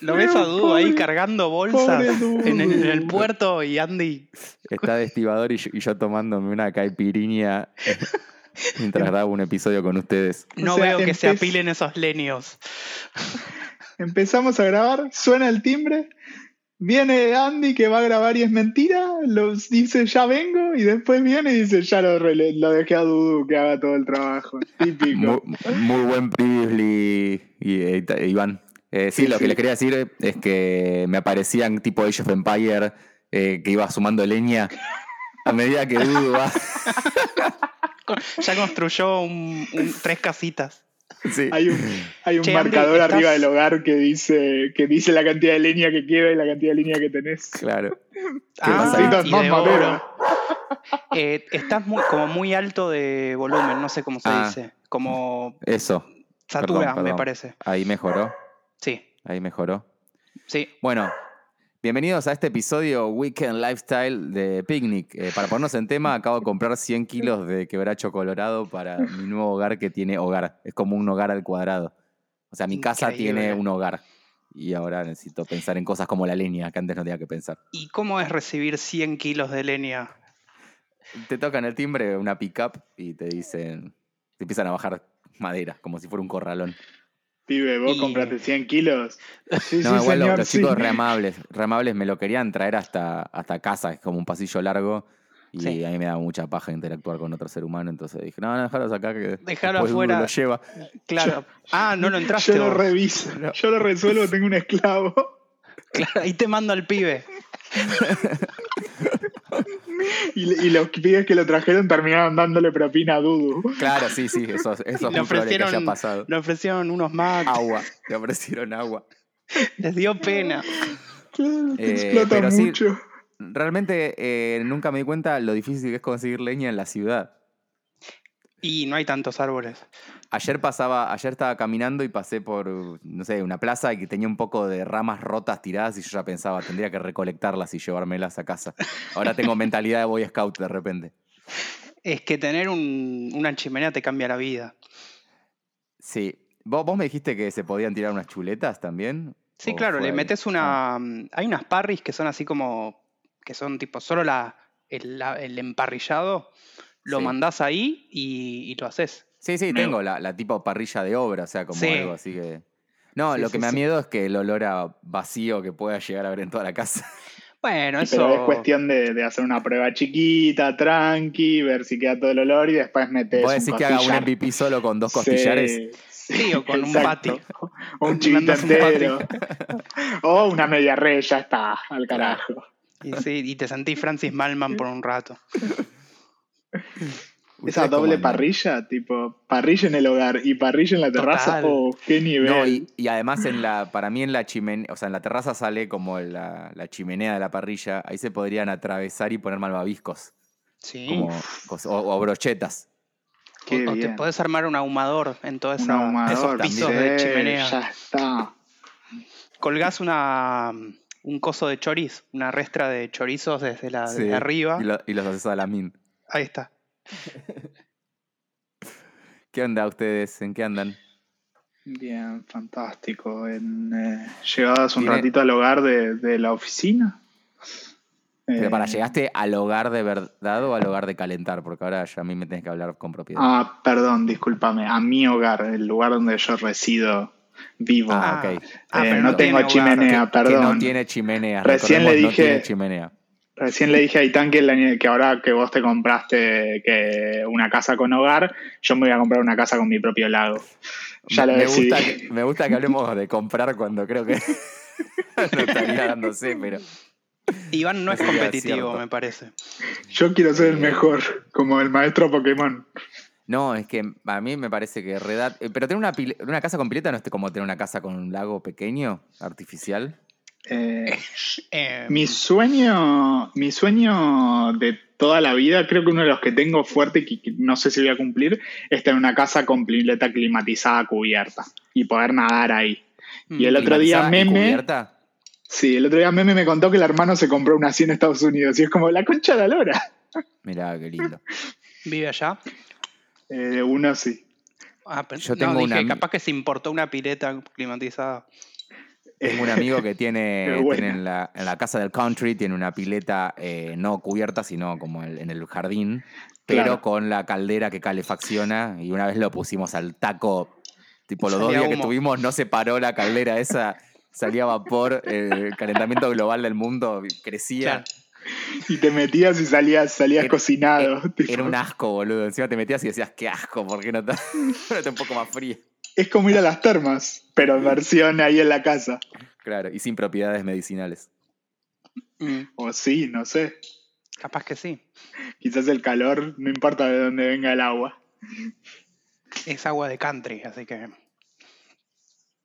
Lo ves a Dudo ahí Pobre- cargando bolsas pobre Dudu. en, el- en el puerto y Andy Está de estibador y yo, y yo tomándome una caipirinha mientras grabo un episodio con ustedes. no O sea, veo que se empez- apilen esos lenios. Empezamos a grabar, suena el timbre, viene Andy que va a grabar y es mentira, los dice ya vengo y después viene y dice ya lo, rele- lo dejé a Dudu que haga todo el trabajo. Muy, Típico. muy buen Priestley y, eh, ta- Iván. Eh, sí, Sí, lo sí. que le quería decir es que me aparecían tipo Age of Empire eh, que iba sumando leña a medida que ah, Dudu va. Con- Ya construyó un- un- tres casitas. Sí. Hay un, hay un Che, Andy, marcador estás- arriba del hogar que dice, que dice la cantidad de leña que queda y la cantidad de leña que tenés. Claro. Ah, pasa? y Necesitas de más oro. madera. Eh, estás muy, como muy alto de volumen, no sé cómo se Ah. dice. Como Eso. satura, Perdón, me perdón. parece. Ahí mejoró. Sí, Ahí mejoró. sí. Bueno, bienvenidos a este episodio Weekend Lifestyle de Picnic. Eh, para ponernos en tema, acabo de comprar 100 kilos de quebracho colorado para mi nuevo hogar que tiene hogar. Es como un hogar al cuadrado. O sea, mi casa Increíble. tiene un hogar. Y ahora necesito pensar en cosas como la leña, que antes no tenía que pensar. ¿Y cómo es recibir 100 kilos de leña? Te tocan el timbre, una pickup, y te dicen. Te empiezan a bajar madera, como si fuera un corralón. Pibe, vos Y- compraste 100 kilos. Sí, No, sí, igual lo- señor, los sí. chicos re amables, re amables me lo querían traer hasta, hasta casa, es como un pasillo largo. Y Sí. a mí me daba mucha paja interactuar con otro ser humano, entonces dije, no, no, dejaros acá que Dejalo después Dudu afuera. lo lleva. Claro. ah, no lo entraste. Yo lo vos. reviso, No. yo lo resuelvo, tengo un esclavo. Claro, ahí te mando al pibe. Y, y los pibes que lo trajeron terminaron dándole propina a Dudu. Claro, sí, sí, eso, eso es muy Le probable que haya ofrecieron- pasado. Le ofrecieron unos mates, Agua, le ofrecieron agua. les dio pena. Claro, te Eh, explota pero sí- mucho. Realmente eh, nunca me di cuenta lo difícil que es conseguir leña en la ciudad. Y no hay tantos árboles. Ayer pasaba, ayer estaba caminando y pasé por, no sé, una plaza y que tenía un poco de ramas rotas tiradas y yo ya pensaba, tendría que recolectarlas y llevármelas a casa. Ahora tengo mentalidad de Boy Scout de repente. Es que tener un- una chimenea te cambia la vida. Sí. ¿Vos, vos me dijiste que se podían tirar unas chuletas también? Sí, Oh, ¿O claro, fue le ahí? metes Ah, una. mm, Hay unas parries que son así como. que son tipo solo la, el, la- el emparrillado, lo Sí. mandás ahí y, y lo haces. Sí, sí, Me- tengo la, la tipo parrilla de obra, o sea, como Sí. algo así que... No, Sí, lo sí, que me da sí. miedo es que el olor a vacío que pueda llegar a ver en toda la casa. Bueno, Pero es eso. cuestión de, de hacer una prueba chiquita, tranqui, ver si queda todo el olor y después metes ¿Vos un decís que haga un costillar. MVP solo con dos costillares? Sí, Sí, o con un exacto. patio. O un Te chivito mandas un patio. entero. o una media red, ya está, al carajo. Y, sí, y te sentís Francis Malman por un rato. Esa ¿Ustedes cómo doble andan? parrilla, tipo parrilla en el hogar y parrilla en la terraza, Total. oh, qué nivel. No, y, y además en la, para mí en la chimenea, o sea, en la terraza sale como la, la chimenea de la parrilla, ahí se podrían atravesar y poner malvaviscos, Sí. como cos- o, o brochetas. O- Qué o te bien. podés armar un ahumador en toda Un esa, ahumador esos pisos de también. chimenea. Ya está. Colgás una, mm, un coso de choriz, una restra de chorizos desde la Sí, desde arriba. Y, lo- y los haces a la min. Ahí está. ¿Qué onda ustedes? ¿En qué andan? Eh. Bien, fantástico. En, eh, llegadas un Tiene- ratito al hogar de, de la oficina. Eh, Pero para, ¿llegaste al hogar de verdad o al hogar de calentar? Porque ahora ya a mí me tenés que hablar con propiedad. Ah, perdón, discúlpame. A mi hogar, el lugar donde yo resido, vivo. Ah, ok. ah, Eh, pero no, no tengo tiene hogar. chimenea, que perdón. no tiene chimenea. Recién le recordemos, No tiene dije- chimenea. Recién le dije a Itán que, el año- que ahora que vos te compraste que una casa con hogar, yo me voy a comprar una casa con mi propio lago. Ya lo me, decidí. gusta que, me gusta que hablemos de comprar cuando creo que no estaría dándose, pero... Iván no es Sí, es competitivo, cierto. me parece. Yo quiero ser el mejor, como el maestro Pokémon. No, es que a mí me parece que redar. eh, Pero tener una, pile- una casa con pileta no es como tener una casa con un lago pequeño, artificial. Eh, Eh, Mi sueño, mi sueño de toda la vida, creo que uno de los que tengo fuerte y que que no sé si voy a cumplir, es tener una casa con pileta climatizada cubierta y poder nadar ahí. mm, y el otro día Climatizada y meme- cubierta. Sí, el otro día Meme me contó que el hermano se compró una así en Estados Unidos y es como la concha de la lora. Mirá, qué lindo. ¿Vive allá? Eh, uno sí. Ah, pero- Yo no, tengo dije, una ami- capaz que se importó una pileta climatizada. Tengo un amigo que tiene, Qué buena. tiene en, la, en la casa del country, tiene una pileta eh, no cubierta, sino como el- en el jardín, pero Claro. con la caldera que calefacciona. Y una vez lo pusimos al taco, tipo los dos Salía días que humo. tuvimos, no se paró la caldera esa, salía vapor, el calentamiento global del mundo crecía. Claro. Y te metías y salías, salías Era- cocinado. tipo. Era un asco, boludo. Encima te metías y decías, qué asco, ¿por qué no está, no está un poco más frío? Es como ir a las termas, pero en versión ahí en la casa. Claro, y sin propiedades medicinales. Mm, O sí, no sé. capaz que sí. Quizás el calor, no importa de dónde venga el agua. Es agua de country, así que.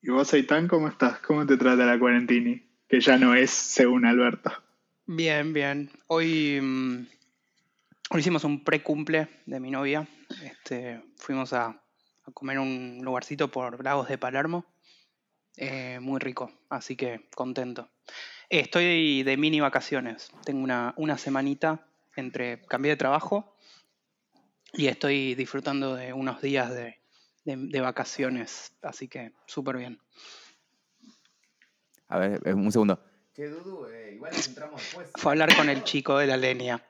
¿Y vos, Aitán, cómo estás? ¿Cómo te trata la cuarentini? Que ya no es, según Alberto. Bien, bien. Hoy, mm, hoy hicimos un precumple de mi novia. Este, fuimos a, a comer a un lugarcito por Lagos de Palermo. Eh, muy rico, así que contento. Eh, Estoy de mini vacaciones. Tengo una, una semanita entre cambié de trabajo y estoy disfrutando de unos días de, de- de vacaciones. Así que súper bien. A ver, eh, un segundo. Che, Dudu, eh, igual nos entramos después. Fue a hablar con el chico de la leña.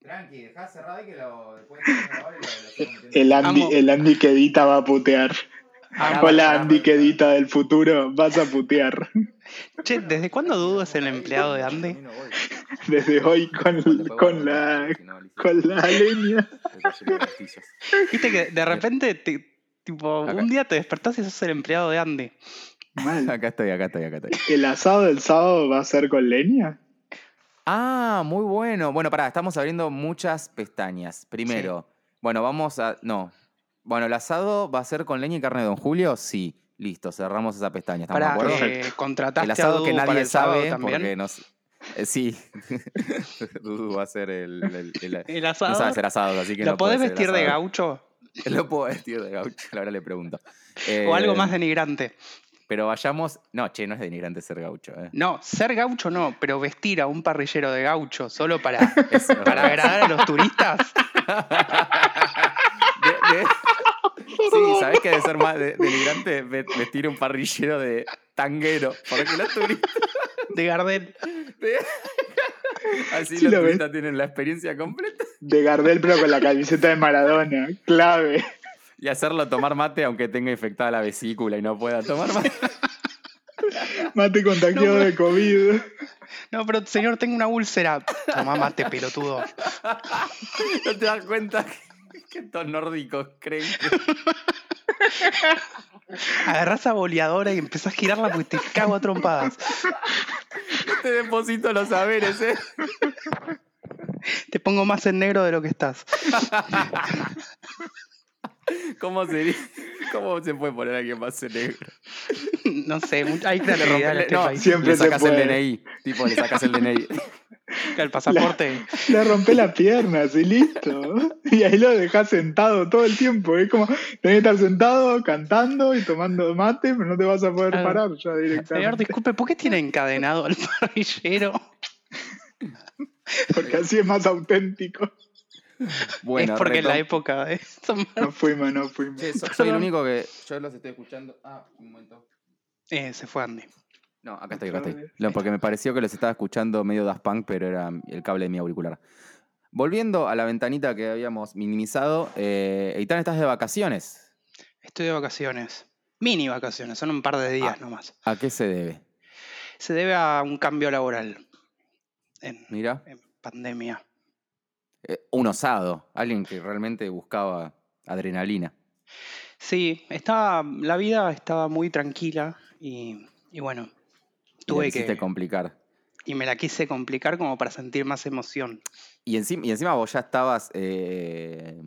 Tranqui, dejá cerrado y que lo, después El Andy, Amo. el Andy que edita va a putear. Ah, Hola, Andy que edita del futuro, vas a putear. Che, ¿desde cuándo Dudu es el empleado de Andy? Desde hoy con, con, la, con la leña. Viste que de repente, te- tipo, Acá. un día te despertás y sos el empleado de Andy. Mal. Acá estoy, acá estoy, acá estoy. ¿El asado del sábado va a ser con leña? Ah, muy bueno. Bueno, pará, estamos abriendo muchas pestañas. Primero, bueno, vamos a. No. Bueno, el asado va a ser con leña y carne de Don Julio. Sí, listo, cerramos esa pestaña. ¿Estamos de Para, Ah, acuerdo? Perfecto. eh, contrataste El asado a que Dudu para nadie el sábado sabe también. porque nos... eh, sí, Dudu va a ser el... el- el- El asado. no sabe hacer asados, así que ¿Lo no puede podés ser vestir de asado. gaucho? Lo puedo vestir de gaucho, ahora le pregunto. Eh, O algo más denigrante. Pero vayamos... No, che, no es denigrante ser gaucho. eh. No, ser gaucho no, pero vestir a un parrillero de gaucho solo para, Es- para agradar a los turistas. De- de- Sí, sabés que debe ser más de- denigrante ve- vestir un parrillero de tanguero. Porque los turistas... De Gardel. Así Sí, los lo ves. turistas tienen la experiencia completa. De Gardel, pero con la camiseta de Maradona. Clave. Y hacerlo tomar mate aunque tenga infectada la vesícula y no pueda tomar mate. Mate contagiado No, pero- de COVID. No, pero señor, tengo una úlcera. Tomá mate, pelotudo. No te das cuenta que, que estos nórdicos creen que Agarrás a boleadora y empezás a girarla porque te cago a trompadas. no te deposito los este saberes, ¿eh? Te pongo más en negro de lo que estás. ¿Cómo, sería, ¿Cómo se puede poner alguien más en negro? No sé, mu- hay Le creatividad en rompe- este no, país. Siempre le se sacas el puede. DNI. Tipo, le sacas el DNI. El pasaporte. Le rompé las piernas y listo. Y ahí lo dejás sentado todo el tiempo. Es como, tenés que estar sentado, cantando y tomando mate, pero no te vas a poder Claro. parar ya Señor, directamente. disculpe, ¿por qué tiene encadenado al parrillero? Porque así es más auténtico. Bueno, es porque en la retom- época de eso. No fuimos, no fuimos. Che, so- soy el único que. Yo los estoy escuchando. Ah, un momento. Eh, se fue Andy. No, acá estoy, acá estoy. No, porque me pareció que los estaba escuchando medio Daft Punk, pero era el cable de mi auricular. Volviendo a la ventanita que habíamos minimizado, eh, Eitan, estás de vacaciones. Estoy de vacaciones. Mini vacaciones, son un par de días Ah. nomás. ¿A qué se debe? Se debe a un cambio laboral en, Mira. en pandemia. Eh, un osado, alguien que realmente buscaba adrenalina. Sí, estaba, la vida estaba muy tranquila y, y bueno, Y tuve la quisiste que... complicar. Y me la quise complicar como para sentir más emoción. Y encima, y encima vos ya estabas eh,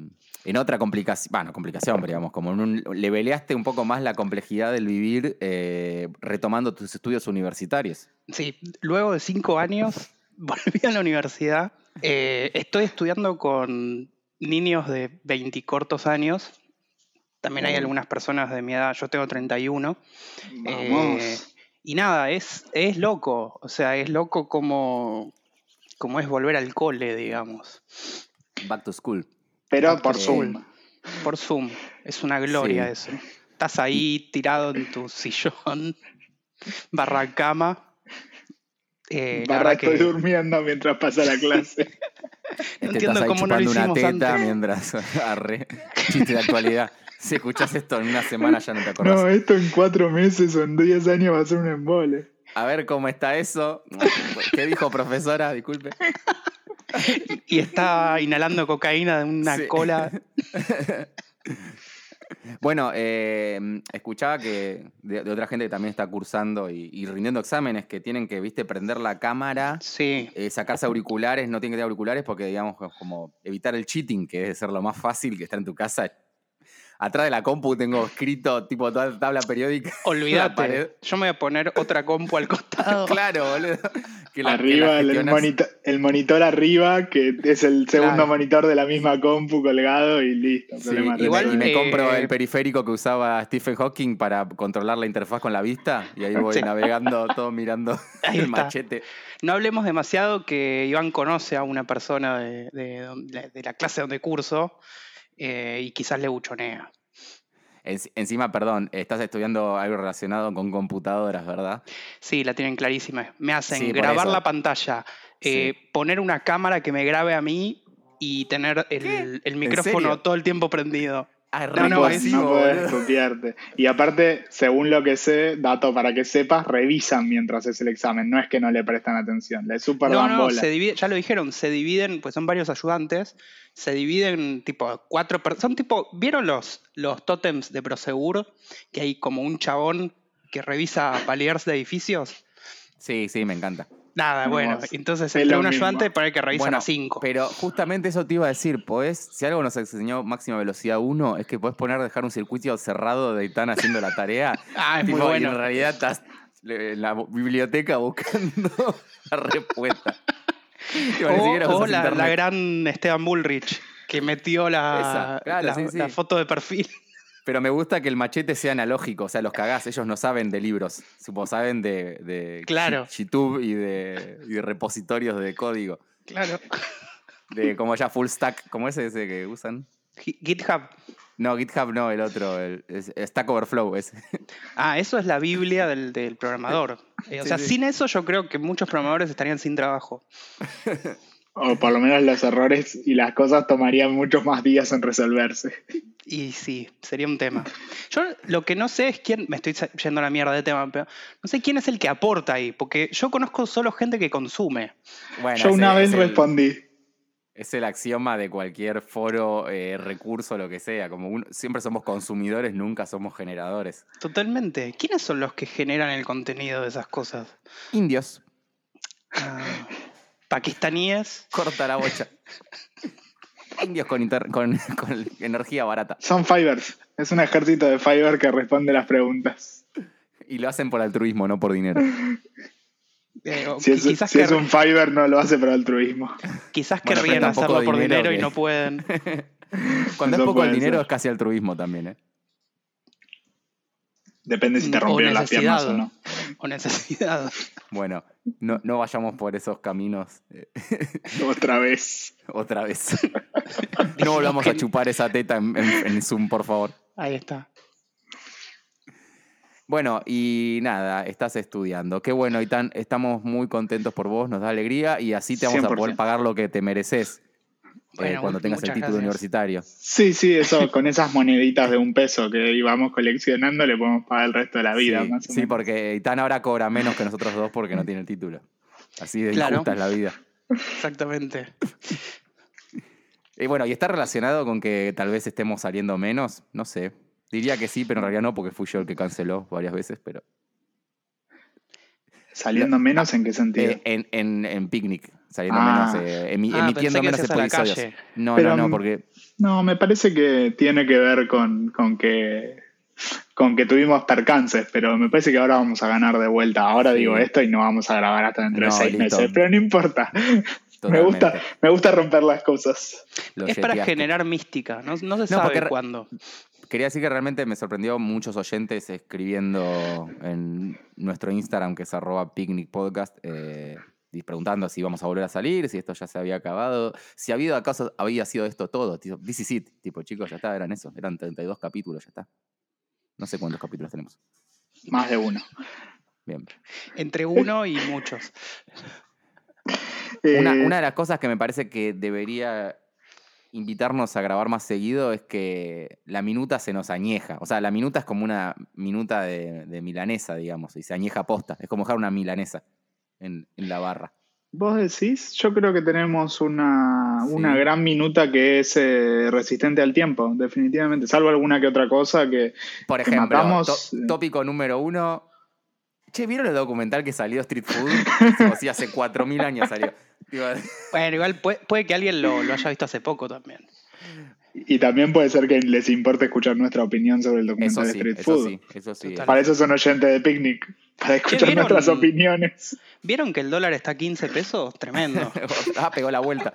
en otra complicación, bueno, complicación, pero digamos, como en un, leveleaste un poco más la complejidad del vivir eh, retomando tus estudios universitarios. Sí, luego de cinco años volví a la universidad. Eh, estoy estudiando con niños de 20 y cortos años. También hay Uy. algunas personas de mi edad, yo tengo 31. Vamos. Eh, y nada, es, es loco. O sea, es loco como, como es volver al cole, digamos. Back to school. Pero por Eh, Zoom. Por Zoom. Es una gloria Sí. eso. Estás ahí tirado en tu sillón, barra cama. Eh, la Barra verdad que estoy durmiendo mientras pasa la clase. no Este, estás entiendo ahí cómo no lo chupando una hicimos teta antes. mientras arre. Chiste de actualidad. Si escuchás esto en una semana ya no te acordás. No, esto en cuatro meses o en diez años va a ser un embole. A ver cómo está eso. ¿Qué dijo profesora? Disculpe. Y está inhalando cocaína de una Sí. cola. Bueno, eh, escuchaba que de, de otra gente que también está cursando y, y rindiendo exámenes que tienen que, viste, prender la cámara, Sí, eh, sacarse auriculares, no tienen que tener auriculares porque, digamos, es como evitar el cheating, que debe ser lo más fácil que está en tu casa. Atrás de la compu tengo escrito, tipo, toda la tabla periódica. pared. olvídate. Yo me voy a poner otra compu al costado. claro, boludo. Que la- que la arriba, el, gestionás. monito- el monitor arriba, que es el segundo Claro. monitor de la misma compu colgado y listo. Sí, problema igual y resuelto. me eh, compro el periférico que usaba Stephen Hawking para controlar la interfaz con la vista y ahí voy Sí. navegando todo mirando Ahí el está. machete. No hablemos demasiado que Iván conoce a una persona de, de donde- de la clase donde curso eh, y quizás le buchonea. En- encima, perdón, estás estudiando algo relacionado con computadoras, ¿verdad? Sí, la tienen clarísima. Me hacen Sí, por grabar eso. la pantalla, eh, poner una cámara que me grabe a mí y tener el, el micrófono serio? todo el tiempo prendido. Arre no, podés- buenísimo, no podés Ah, boludo. copiarte. Y aparte, según lo que sé, dato para que sepas, revisan mientras es el examen. No es que no le prestan atención, le super No, dan no, bola. se divide- ya lo dijeron, se dividen, pues son varios ayudantes, se dividen tipo cuatro personas. Son tipo, ¿vieron los, los tótems de Prosegur? Que hay como un chabón que revisa paliers de edificios. Sí, sí, me encanta. Nada, bueno, Hermoso. entonces Es entre lo un mismo. ayudante para que revisan Bueno, a cinco. Pero justamente eso te iba a decir, podés, si algo nos enseñó máxima velocidad 1, es que podés poner, dejar un circuito cerrado de Itán haciendo la tarea. Ah, es muy Tipo, y en bueno. realidad estás en la biblioteca buscando la respuesta. Tipo, ni O, siquiera o usas Oh, la, la internet. gran Esteban Bullrich, que metió la, Esa, claro, la- sí, sí. la foto de perfil. Pero me gusta que el machete sea analógico, o sea, los cagás, ellos no saben de libros, supongo, saben de, de Claro. chi- YouTube y de, y de repositorios de código, Claro. de como ya full stack, como ese, ese que usan. GitHub. No, GitHub no, el otro, el, es- Stack Overflow, ese. Ah, eso es la Biblia del, del programador. Eh, o Sí, sea, sí. sin eso yo creo que muchos programadores estarían sin trabajo. O por lo menos los errores y las cosas tomarían muchos más días en resolverse. Y sí, sería un tema. Yo lo que no sé es quién, me estoy sa- yendo a la mierda de tema, pero no sé quién es el que aporta ahí, porque yo conozco solo gente que consume. Bueno, Yo ese una vez es el- respondí. Es el axioma de cualquier foro, eh, recurso, lo que sea. Como uno- siempre somos consumidores, nunca somos generadores. Totalmente. ¿Quiénes son los que generan el contenido de esas cosas? Indios, Ah, pakistaníes. corta la bocha. Indios con, inter- con, con energía barata. Son Fivers. Es un ejército de Fiverr que responde las preguntas. Y lo hacen por altruismo, no por dinero. eh, o Si es, qui- quizás si que, es un Fiverr, no lo hace por altruismo. quizás Bueno, pero querrían tampoco hacerlo por dinero dinero y que- no pueden. Cuando Eso es poco el puede dinero ser. es casi altruismo también, ¿eh? Depende si te O rompieron las piernas o necesidad. no. O necesidad. Bueno, no, no vayamos por esos caminos eh, Otra vez. otra vez. No volvamos a que- chupar esa teta en- en- en Zoom, por favor. Ahí está. Bueno, y nada, estás estudiando. Qué bueno, Itán, estamos muy contentos por vos, nos da alegría y así te vamos a poder 100%. pagar lo que te mereces eh, Bueno, cuando tengas el muchas título gracias. universitario. Sí, sí, eso, con esas moneditas de un peso que íbamos coleccionando, le podemos pagar el resto de la vida, sí, más o sí, menos. porque Itán ahora cobra menos que nosotros dos porque no tiene el título. Así de Claro. injusta es la vida. Exactamente. Y bueno, ¿y está relacionado con que tal vez estemos saliendo menos? No sé. Diría que sí, pero en realidad no, porque fui yo el que canceló varias veces, pero. Saliendo menos, ¿en qué sentido? eh, en, en- en picnic, saliendo Ah. menos, eh, emi- Ah, pensé que emitiendo menos hacías a la episodios. calle. No, Pero, no, no, mm, porque No, me parece que tiene que ver con, con que con que tuvimos percances, pero me parece que ahora vamos a ganar de vuelta. Ahora Sí. digo esto y no vamos a grabar hasta dentro No, de seis listo. meses, pero no importa. Me totalmente. gusta, me gusta romper las cosas. lo es para yeteaste. generar mística, no, no se sabe porque re- cuándo. Quería decir que realmente me sorprendió muchos oyentes escribiendo en nuestro Instagram, que es arroba picnic podcast, eh, y preguntando si íbamos a volver a salir, si esto ya se había acabado, si ha habido acaso había sido esto todo. tipo, This is it. Tipo, chicos, ya está, eran eso. Eran 32 capítulos, ya está. No sé cuántos capítulos tenemos. Más de uno. Bien. Entre uno y muchos. Una, Eh, una de las cosas que me parece que debería invitarnos a grabar más seguido es que la minuta se nos añeja. O sea, la minuta es como una minuta de, de milanesa, digamos, y se añeja posta. Es como dejar una milanesa en, en la barra. ¿Vos decís? Yo creo que tenemos una, Sí. una gran minuta que es eh, resistente al tiempo, definitivamente. Salvo alguna que otra cosa que. Por Que ejemplo, matamos- eh, tó- tópico número uno. Che, ¿vieron el documental que salió Street Food? O sea, hace 4.000 años salió. Digo, Bueno, igual puede, puede que alguien lo, lo haya visto hace poco también. Y también puede ser que les importe escuchar nuestra opinión sobre el Eso documental sí, de Street eso Food. sí, eso sí. Total. Para eso son oyentes de Picnic, para escuchar vieron? nuestras opiniones. ¿Vieron que el dólar está a 15 pesos? Tremendo. Ah, pegó la vuelta.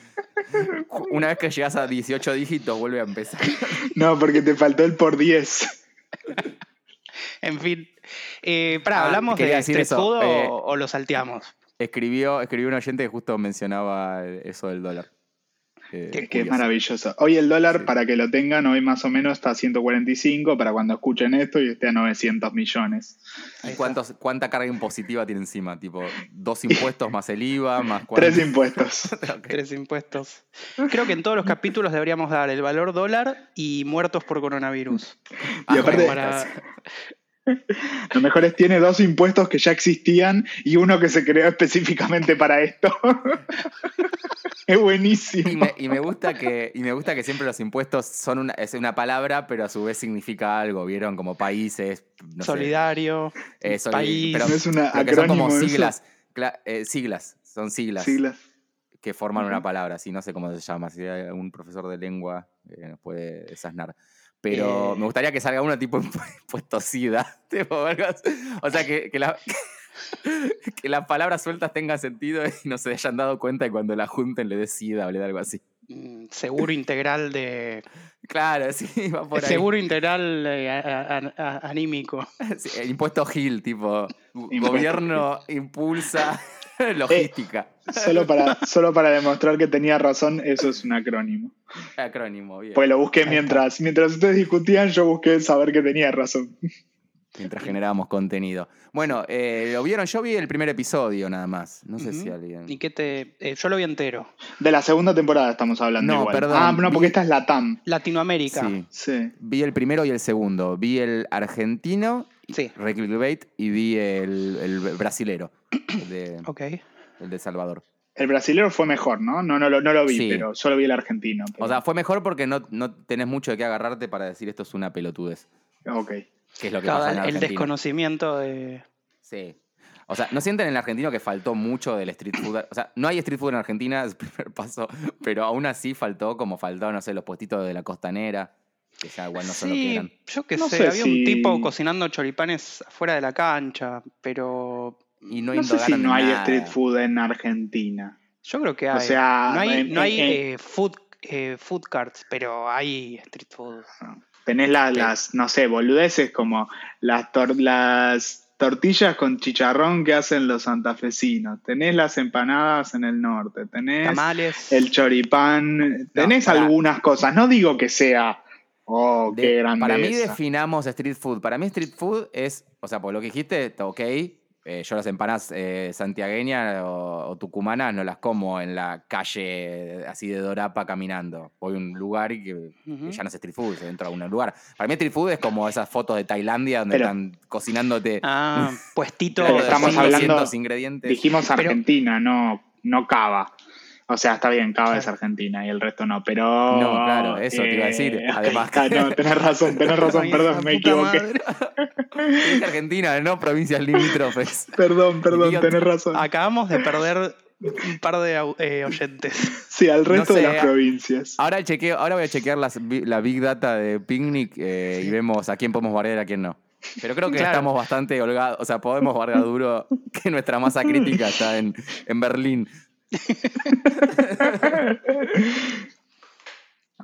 Una vez que llegas a 18 dígitos, vuelve a empezar. No, porque te faltó el por 10. En fin. Eh, pará, Ah, ¿hablamos de quería decir street eso, food o- eh, o lo salteamos? Escribió, escribió un oyente que justo mencionaba eso del dólar. Eh, Que, es curioso. maravilloso. Hoy el dólar, Sí. para que lo tengan, hoy más o menos está a 145 para cuando escuchen esto y esté a 900 millones. Ahí ¿Y está. cuántos, cuánta carga impositiva tiene encima? Tipo, dos impuestos más el IVA, más Tres cuánto. impuestos. Tres impuestos. Creo que en todos los capítulos deberíamos dar el valor dólar y muertos por coronavirus. Ah, Y aparte- Para- Lo mejor es tiene dos impuestos que ya existían y uno que se creó específicamente para esto. es Y buenísimo. me, y me gusta que, y me gusta que siempre los impuestos son una, es una palabra, pero a su vez significa algo, ¿vieron? Como países, no sé, solidario. eh, solid- país. pero- No es una pero que son como acrónimo eso. siglas, cla- eh, siglas, son siglas, Siglas. que forman Ujú. una palabra, sí, no sé cómo se llama, si hay algún profesor de lengua eh, nos puede desasnar. Pero Eh. me gustaría que salga uno tipo impuesto SIDA, tipo, algo así. o sea, que, que la- que las palabras sueltas tengan sentido y no se hayan dado cuenta y cuando la junten le dé SIDA o le dé algo así. mm, Seguro integral de. Claro, sí, va por ahí. Seguro integral eh, a- a- a- anímico. Sí, el impuesto Gil, tipo, gu- Impuesto gobierno impulsa logística. Solo para, solo para demostrar que tenía razón, eso es un acrónimo. Acrónimo, bien. Pues lo busqué mientras, mientras ustedes discutían, yo busqué saber que tenía razón. Mientras generábamos contenido. Bueno, eh, ¿lo vieron? Yo vi el primer episodio nada más. No sé si Ujú. alguien... ¿Y qué te.? eh, yo lo vi entero. De la segunda temporada estamos hablando No, igual. perdón. Ah, no, porque esta es la TAM. Latinoamérica. Sí. Sí. Sí. Vi el primero y el segundo. Vi el argentino, Reclicbait, y vi el, el brasilero, el de, Ok. el de Salvador. El brasilero fue mejor, ¿no? No, no, lo- no lo vi, Sí. pero solo vi el argentino. O sea, fue mejor porque no, no tenés mucho de qué agarrarte para decir esto es una pelotudez. ok. Que es lo que Claro, pasa en el Argentina. desconocimiento de. Sí. O sea, ¿no sienten en el argentino que faltó mucho del street food? O sea, no hay street food en Argentina, es el primer paso, pero aún así faltó como faltó, no sé, los puestitos de la costanera, que ya igual no son lo que eran. Sí, yo qué No sé. sé había si- un tipo cocinando choripanes afuera de la cancha, pero. Y no, No sé si indagaron en no hay nada. street food en Argentina. Yo creo que O hay. sea, no hay, en- no hay, en- eh, food, eh, food carts, pero hay street food. Tenés la- Sí. las, no sé, boludeces como las, tor- las tortillas con chicharrón que hacen los santafesinos. Tenés las empanadas en el norte. Tenés Tamales. el choripán. Tenés pará. algunas cosas. No digo que sea, oh, De- qué grande. para mí definamos street food. Para mí street food es, o sea, por lo que dijiste, está ok, eh, yo las empanadas eh, santiagueñas o, o tucumanas no las como en la calle eh, así de Dorapa caminando. Voy a un lugar y que Ujú. que ya no es street food, se entra a un lugar. Para mí street food es como esas fotos de Tailandia donde Pero- están cocinándote Ah, puestito. Pero de estamos cinco, hablando- 200 ingredientes. Dijimos Pero- Argentina, no, no Cava. O sea, está bien, Cava Claro. es Argentina y el resto no, pero. No, claro, eso te iba a decir, ok, además. está, no, tenés razón, tenés razón, Ay, la perdón, me puta equivoqué. madre. Dije Argentina, no provincias limítrofes. Perdón, perdón, Idiota. tenés razón. Acabamos de perder un par de au- eh, oyentes. Sí, al resto No de sé, ah, las a- provincias. Ahora chequeo, ahora voy a chequear las, bi- la big data de Picnic eh, y vemos a quién podemos bardear y a quién no. Pero creo que Claro. estamos bastante holgados, o sea, podemos bardear duro que nuestra masa crítica está en, en Berlín.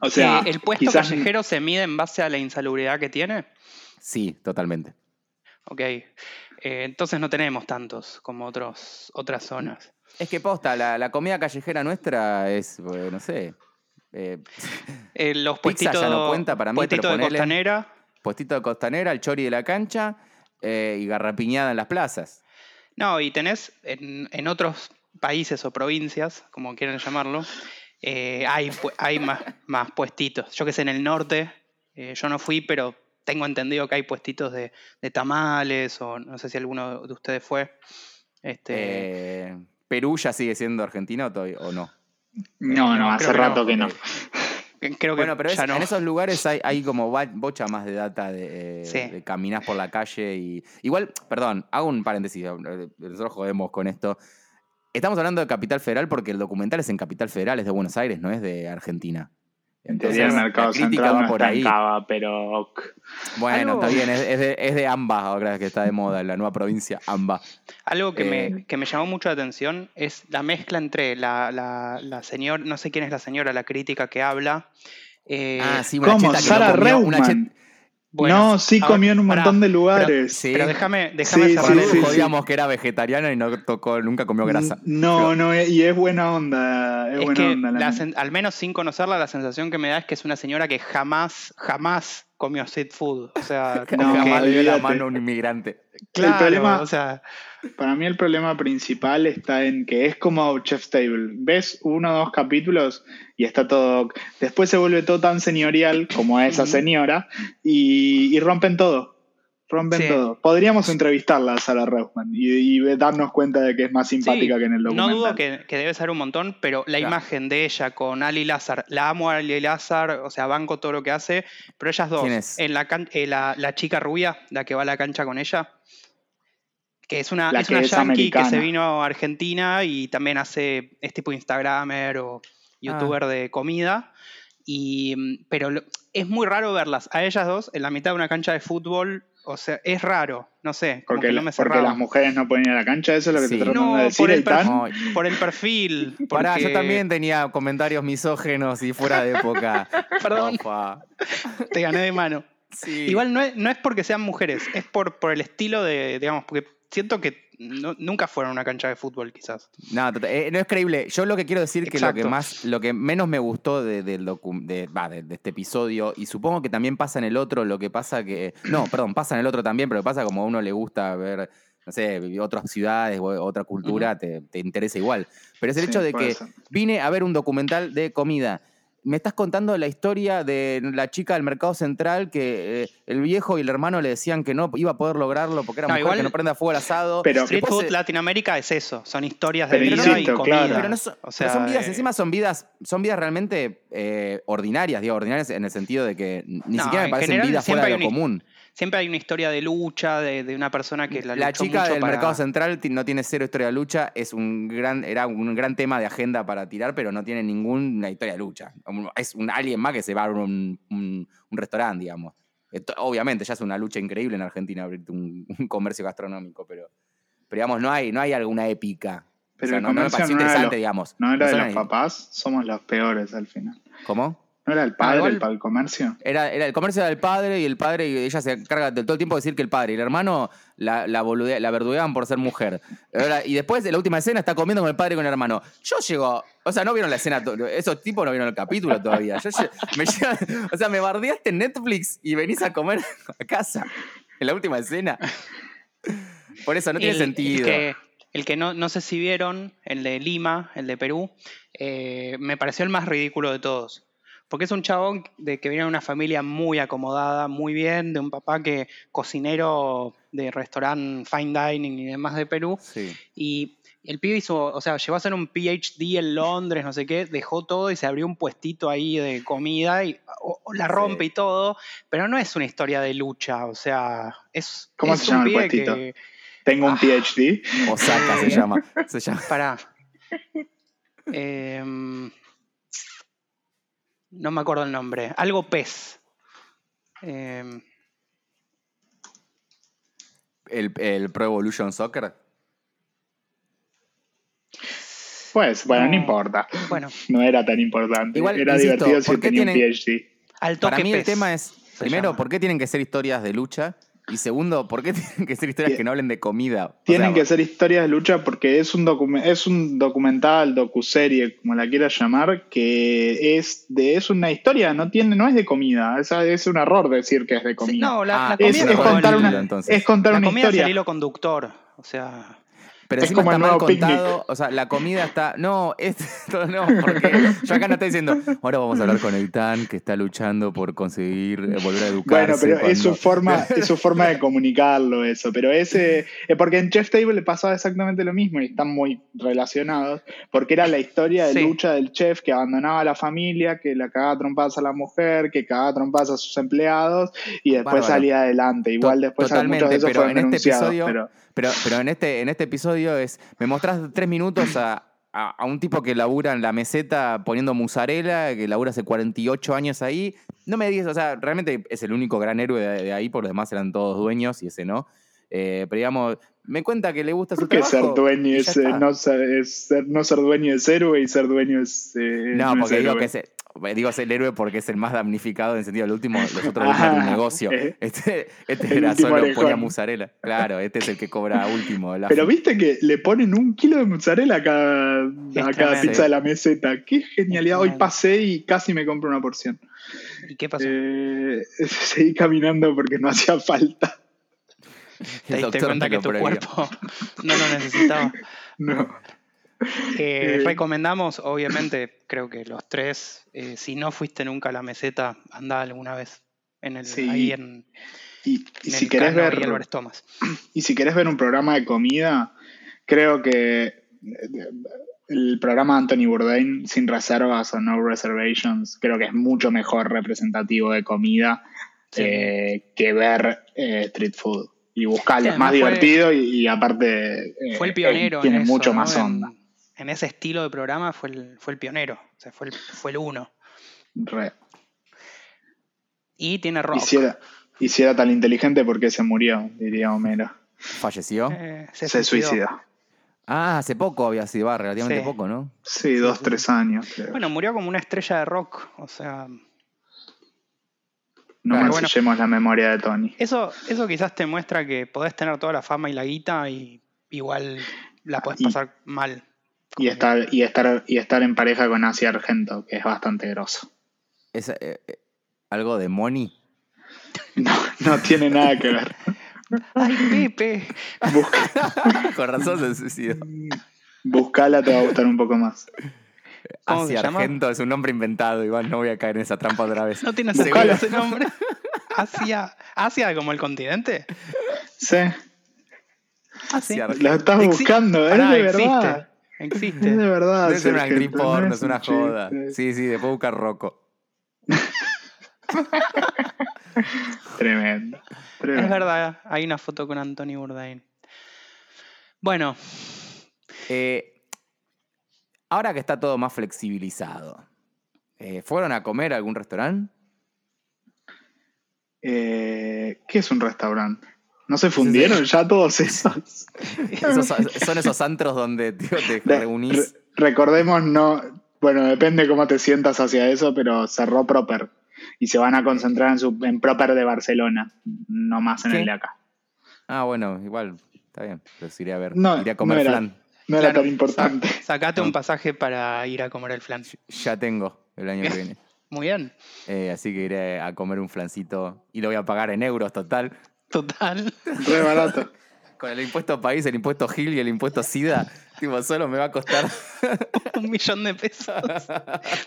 O sea, Eh, ¿El puesto quizás- callejero se mide en base a la insalubridad que tiene? Sí, totalmente. Ok. Eh, entonces no tenemos tantos como otros, otras zonas. Es que posta, la, la comida callejera nuestra es, eh, no sé, eh, Eh, los Pizza puestitos, ya no cuenta para mí, Eh, puestitos pero de ponele. costanera. puestito de costanera, el chori de la cancha eh, y garrapiñada en las plazas. No, y tenés en, en otros países o provincias, como quieran llamarlo, eh, hay, pu- hay más, más puestitos. Yo que sé, en el norte, eh, yo no fui, pero tengo entendido que hay puestitos de, de tamales o no sé si alguno de ustedes fue. Este, Eh, ¿Perú ya sigue siendo Argentina o, todavía- o no? No, no, no, hace creo que rato no. que no. creo que Eh, Bueno, pero es- ya no. en esos lugares hay, hay como ba- bocha más de data de, eh, Sí. de caminás por la calle y. Igual, perdón, hago un paréntesis, eh, nosotros jodemos con esto. Estamos hablando de Capital Federal porque el documental es en Capital Federal, es de Buenos Aires, no es de Argentina. En teoría el Entonces, mercado la crítica central va no por está ahí. en Cava, pero ok. Bueno, Algo- está bien, es, es de, es de ambas ahora que está de moda, la nueva provincia AMBA. Algo que, Eh, me, que me llamó mucho la atención es la mezcla entre la, la, la señora, no sé quién es la señora, la crítica que habla. eh, ah, sí, una ¿Cómo? cheta que Sara no comió, una Reutemann. chet- bueno, no, sí ahora- comió en un pará, montón de lugares. sí. Pero déjame, déjame Sí, cerrar sí, el- sí, sí. Jodíamos que era vegetariana y no tocó, nunca comió grasa. No, no, eh, y es buena onda. Es, Es buena que onda. la la mina. sen- al menos sin conocerla, la sensación que me da es que es una señora que jamás, jamás comió street food. O sea, como No, que- Jamás le dio la olvídate. mano a un inmigrante. claro, el problema, o sea, para mí el problema principal está en que es como Chef's Table. Ves uno o dos capítulos y está todo. ok. Después se vuelve todo tan señorial como a esa Ujú. señora y, y rompen todo. Rompen Sí. todo. Podríamos entrevistarla a Sara Reusman y, y darnos cuenta de que es más simpática sí, que en el no documental. dudo que, que debe ser un montón, pero la Claro. imagen de ella con Ali Lázar, la amo a Ali Lázar, o sea, banco todo lo que hace, pero ellas dos, ¿Quién es? en la, can- eh, la, la chica rubia, la que va a la cancha con ella, que es una, La es que una es yankee que se americana. vino a Argentina y también hace, es tipo Instagramer o youtuber Ah. de comida. Y, mm, pero lo- es muy raro verlas a ellas dos en la mitad de una cancha de fútbol. O sea, es raro, no sé, como Porque, que la- no me porque cerraba. las mujeres no pueden ir a la cancha, eso es lo que Sí. te tratando No, de por decir, el Eitan. No, Por el perfil. Pará, yo porque- también tenía comentarios misógenos y fuera de época. Perdón. Opa. Te gané de mano. Sí. Igual no es, no es porque sean mujeres, es por, por el estilo de, digamos, porque siento que no- nunca fueron a una cancha de fútbol, quizás. No, total- eh, no es creíble. Yo lo que quiero decir que lo que Exacto. más, lo que menos me gustó de, del docu- de, va, de- de este episodio, y supongo que también pasa en el otro, lo que pasa que. No, perdón, pasa en el otro también, pero pasa como a uno le gusta ver, no sé, otras ciudades, o otra cultura, te, te interesa igual. Pero es el Sí, hecho de puede que ser. vine a ver un documental de comida. Me estás contando la historia de la chica del mercado central que eh, el viejo y el hermano le decían que no iba a poder lograrlo porque era No, mujer, que igual- no prenda fuego al asado. Pero- Street Después Food se- Latinoamérica es eso, son historias de Pero vida y insisto, comida. claro. pero no son, o no sea, son vidas, eh, encima son vidas, son vidas realmente eh, ordinarias, digo, ordinarias en el sentido de que ni No, siquiera me en parecen general vidas siempre fuera de hay lo un- común. Siempre hay una historia de lucha, de, de una persona que la, La, luchó chica mucho del para- mercado central ti- no tiene cero historia de lucha, es un gran, era un gran tema de agenda para tirar, pero no tiene ninguna historia de lucha. Un- Es un alguien más que se va a un, un- un restaurante, digamos. Esto- obviamente, ya es una lucha increíble en Argentina abrir un, un comercio gastronómico, pero, pero digamos, no hay, no hay alguna épica. Pero o sea, el no, no me comercio no era pareció de interesante, los- digamos. No era de son los ahí- papás, somos los peores al final. ¿Cómo? ¿No era el padre igual- el, pa- el comercio? Era, era- el comercio era del padre y el padre y ella se encarga de todo el tiempo de decir que el padre y el hermano la, la, boludea- la verdugueaban por ser mujer. Ahora, y después de la última escena está comiendo con el padre y con el hermano. Yo llego, o sea, no vieron la escena, to- esos tipos no vieron el capítulo todavía. Yo lle- me llegan- o sea, me bardeaste en Netflix y venís a comer a casa en la última escena. Por eso no tiene el- sentido. El que, el que no, no sé si vieron, el de Lima, el de Perú, eh, me pareció el más ridículo de todos. Porque es un chabón de que viene de una familia muy acomodada, muy bien, de un papá que cocinero de restaurante fine dining y demás de Perú. Sí. Y el pibe hizo, o sea, llegó a hacer un PhD en Londres, no sé qué, dejó todo y se abrió un puestito ahí de comida y o- o la rompe Sí. y todo, pero no es una historia de lucha, o sea, es, ¿Cómo es se llama un el pibe puestito? que- Tengo un Ah. PhD. Osaka se llama. Se llama. Pará. Em, no me acuerdo el nombre. Algo pez. Em, El, el Pro Evolution Soccer. Pues, bueno, no, No. importa. bueno, No era tan importante. Igual, era insisto, divertido si ¿por qué tenía tienen- un PhD. al toque Para mí el pez. tema es, primero, llama. ¿por qué tienen que ser historias de lucha? Y segundo, ¿por qué tienen que ser historias Tie- que no hablen de comida? O Tienen sea, que ser historias de lucha porque es un, docu- es un documental, docuserie, como la quieras llamar, que es de es una historia, no tiene no es de comida. Es, es un error decir que es de Sí, comida. no, la, Ah, la es, comida es fue contar el- una, entonces. es contar la una comida es historia. el hilo conductor. O sea, Pero Es encima como está el mal nuevo picnic. contado, o sea, la comida está. No, esto no, porque yo acá no estoy diciendo. Ahora vamos a hablar con Eitan, que está luchando por conseguir eh, volver a educarse. Bueno, pero es su cuando- forma, es su forma de comunicarlo eso. Pero ese, eh, porque en Chef Table le pasaba exactamente lo mismo y están muy relacionados, porque era la historia de Sí. lucha del chef que abandonaba a la familia, que la cagaba a trompadas a la mujer, que cagaba a trompadas a sus empleados y después Bárbaro. salía adelante. Igual To- después a muchos totalmente, de esos pero fueron en este denunciados. episodio- pero Pero, pero en, este, en este episodio es. Me mostrás tres minutos a, a- a un tipo que labura en la meseta poniendo musarela, que labura hace 48 años ahí. No me digas, o sea, realmente es el único gran héroe de, de ahí, por los demás eran todos dueños y ese no. Eh, pero digamos, me cuenta que le gusta su ¿por qué ser trabajo dueño y ya es, eh, está. no ser, es ser- no ser dueño es héroe y ser dueño es eh, No, es porque digo héroe. que es el, eh, digo es el héroe porque es el más damnificado en el sentido, el último, los otros Ah, eran un negocio. eh. Este, este El era último solo orejón. ponía musarela. Claro, este es el que cobra último. la Pero fi- viste que le ponen un kilo de mozzarella a cada, a cada tremendo. pizza de la meseta. Qué genialidad. Hoy tremendo. pasé y casi me compro una porción. ¿y qué pasó? Eh, seguí caminando porque no hacía falta. el Te diste doctor cuenta te que lo tu prohibió. cuerpo no lo necesitaba. No. Eh, Eh. Recomendamos, obviamente, creo que los tres, eh, si no fuiste nunca a la meseta, andá alguna vez en el, Sí. ahí en, Y, y en si el querés Cano y ver. Álvarez Thomas. Y si querés ver un programa de comida, creo que el programa de Anthony Bourdain, Sin Reservas o No Reservations, creo que es mucho mejor representativo de comida Sí. eh, que ver eh, Street Food. Y buscarlo, Sí, es más además fue- divertido y, y aparte eh, Fue el eh, pionero. tiene en eso, mucho ¿no? más En- onda. En, ese estilo de programa fue el, fue el pionero, o sea, fue el, fue el uno. Re. Y tiene rock. Y si era- y si era tan inteligente, ¿por qué se murió? Diría Homero. ¿Falleció? Eh, Se, suicidó. suicidó. Ah, hace poco había sido, va, relativamente Sí. poco, ¿no? Sí, dos, sí, tres años. creo. Bueno, murió como una estrella de rock, o sea, no claro, bueno. mancillemos la memoria de Tony. Eso, eso quizás te muestra que podés tener toda la fama y la guita y igual la podés Y- pasar mal. Y estar, y estar, y estar en pareja con Asia Argento, que es bastante groso. Es, eh, eh, algo de Moni. No, no tiene nada que ver. ¡Ay, Pepe! Busca, Con razón se suicidó. buscala, te va a gustar un poco más. ¿Cómo se Asia llama? Ah, Argento es un nombre inventado, Iván, no voy a caer en esa trampa otra vez. No tiene Seguro. sentido ese nombre. Asia, Asia como el continente. Sí, Ah, sí. Asia Argento. lo estás Exi- buscando, es Pará, de existe. verdad. Es de Existe. verdad. No es una Asia actriz Ah, Argento, no porno, es es un una chiste. joda. Sí, sí, después buscar Rocco. Tremendo. tremendo. Es verdad, hay una foto con Anthony Bourdain. Bueno, Eh, ahora que está todo más flexibilizado, eh, ¿fueron a comer a algún restaurante? Eh, ¿Qué es un restaurante? ¿No se fundieron ya todos esos? Esos- son esos antros donde tío, te Re- reunís. re- recordemos, no. Bueno, depende cómo te sientas hacia eso, pero cerró Proper. Y se van a concentrar en, su, en Proper de Barcelona, no más en Sí. el de acá. Ah, bueno, igual, está bien. Los iré a ver. No, iré a comer no era. flan. No era Claro, tan importante. sa- sacate No. un pasaje para ir a comer el flan. Ya tengo el año que viene. Muy bien. Eh, así que iré a comer un flancito y lo voy a pagar en euros total. Total. Re barato. Con el impuesto país, el impuesto Gil y el impuesto SIDA. Tipo, solo me va a costar. Un millón de pesos.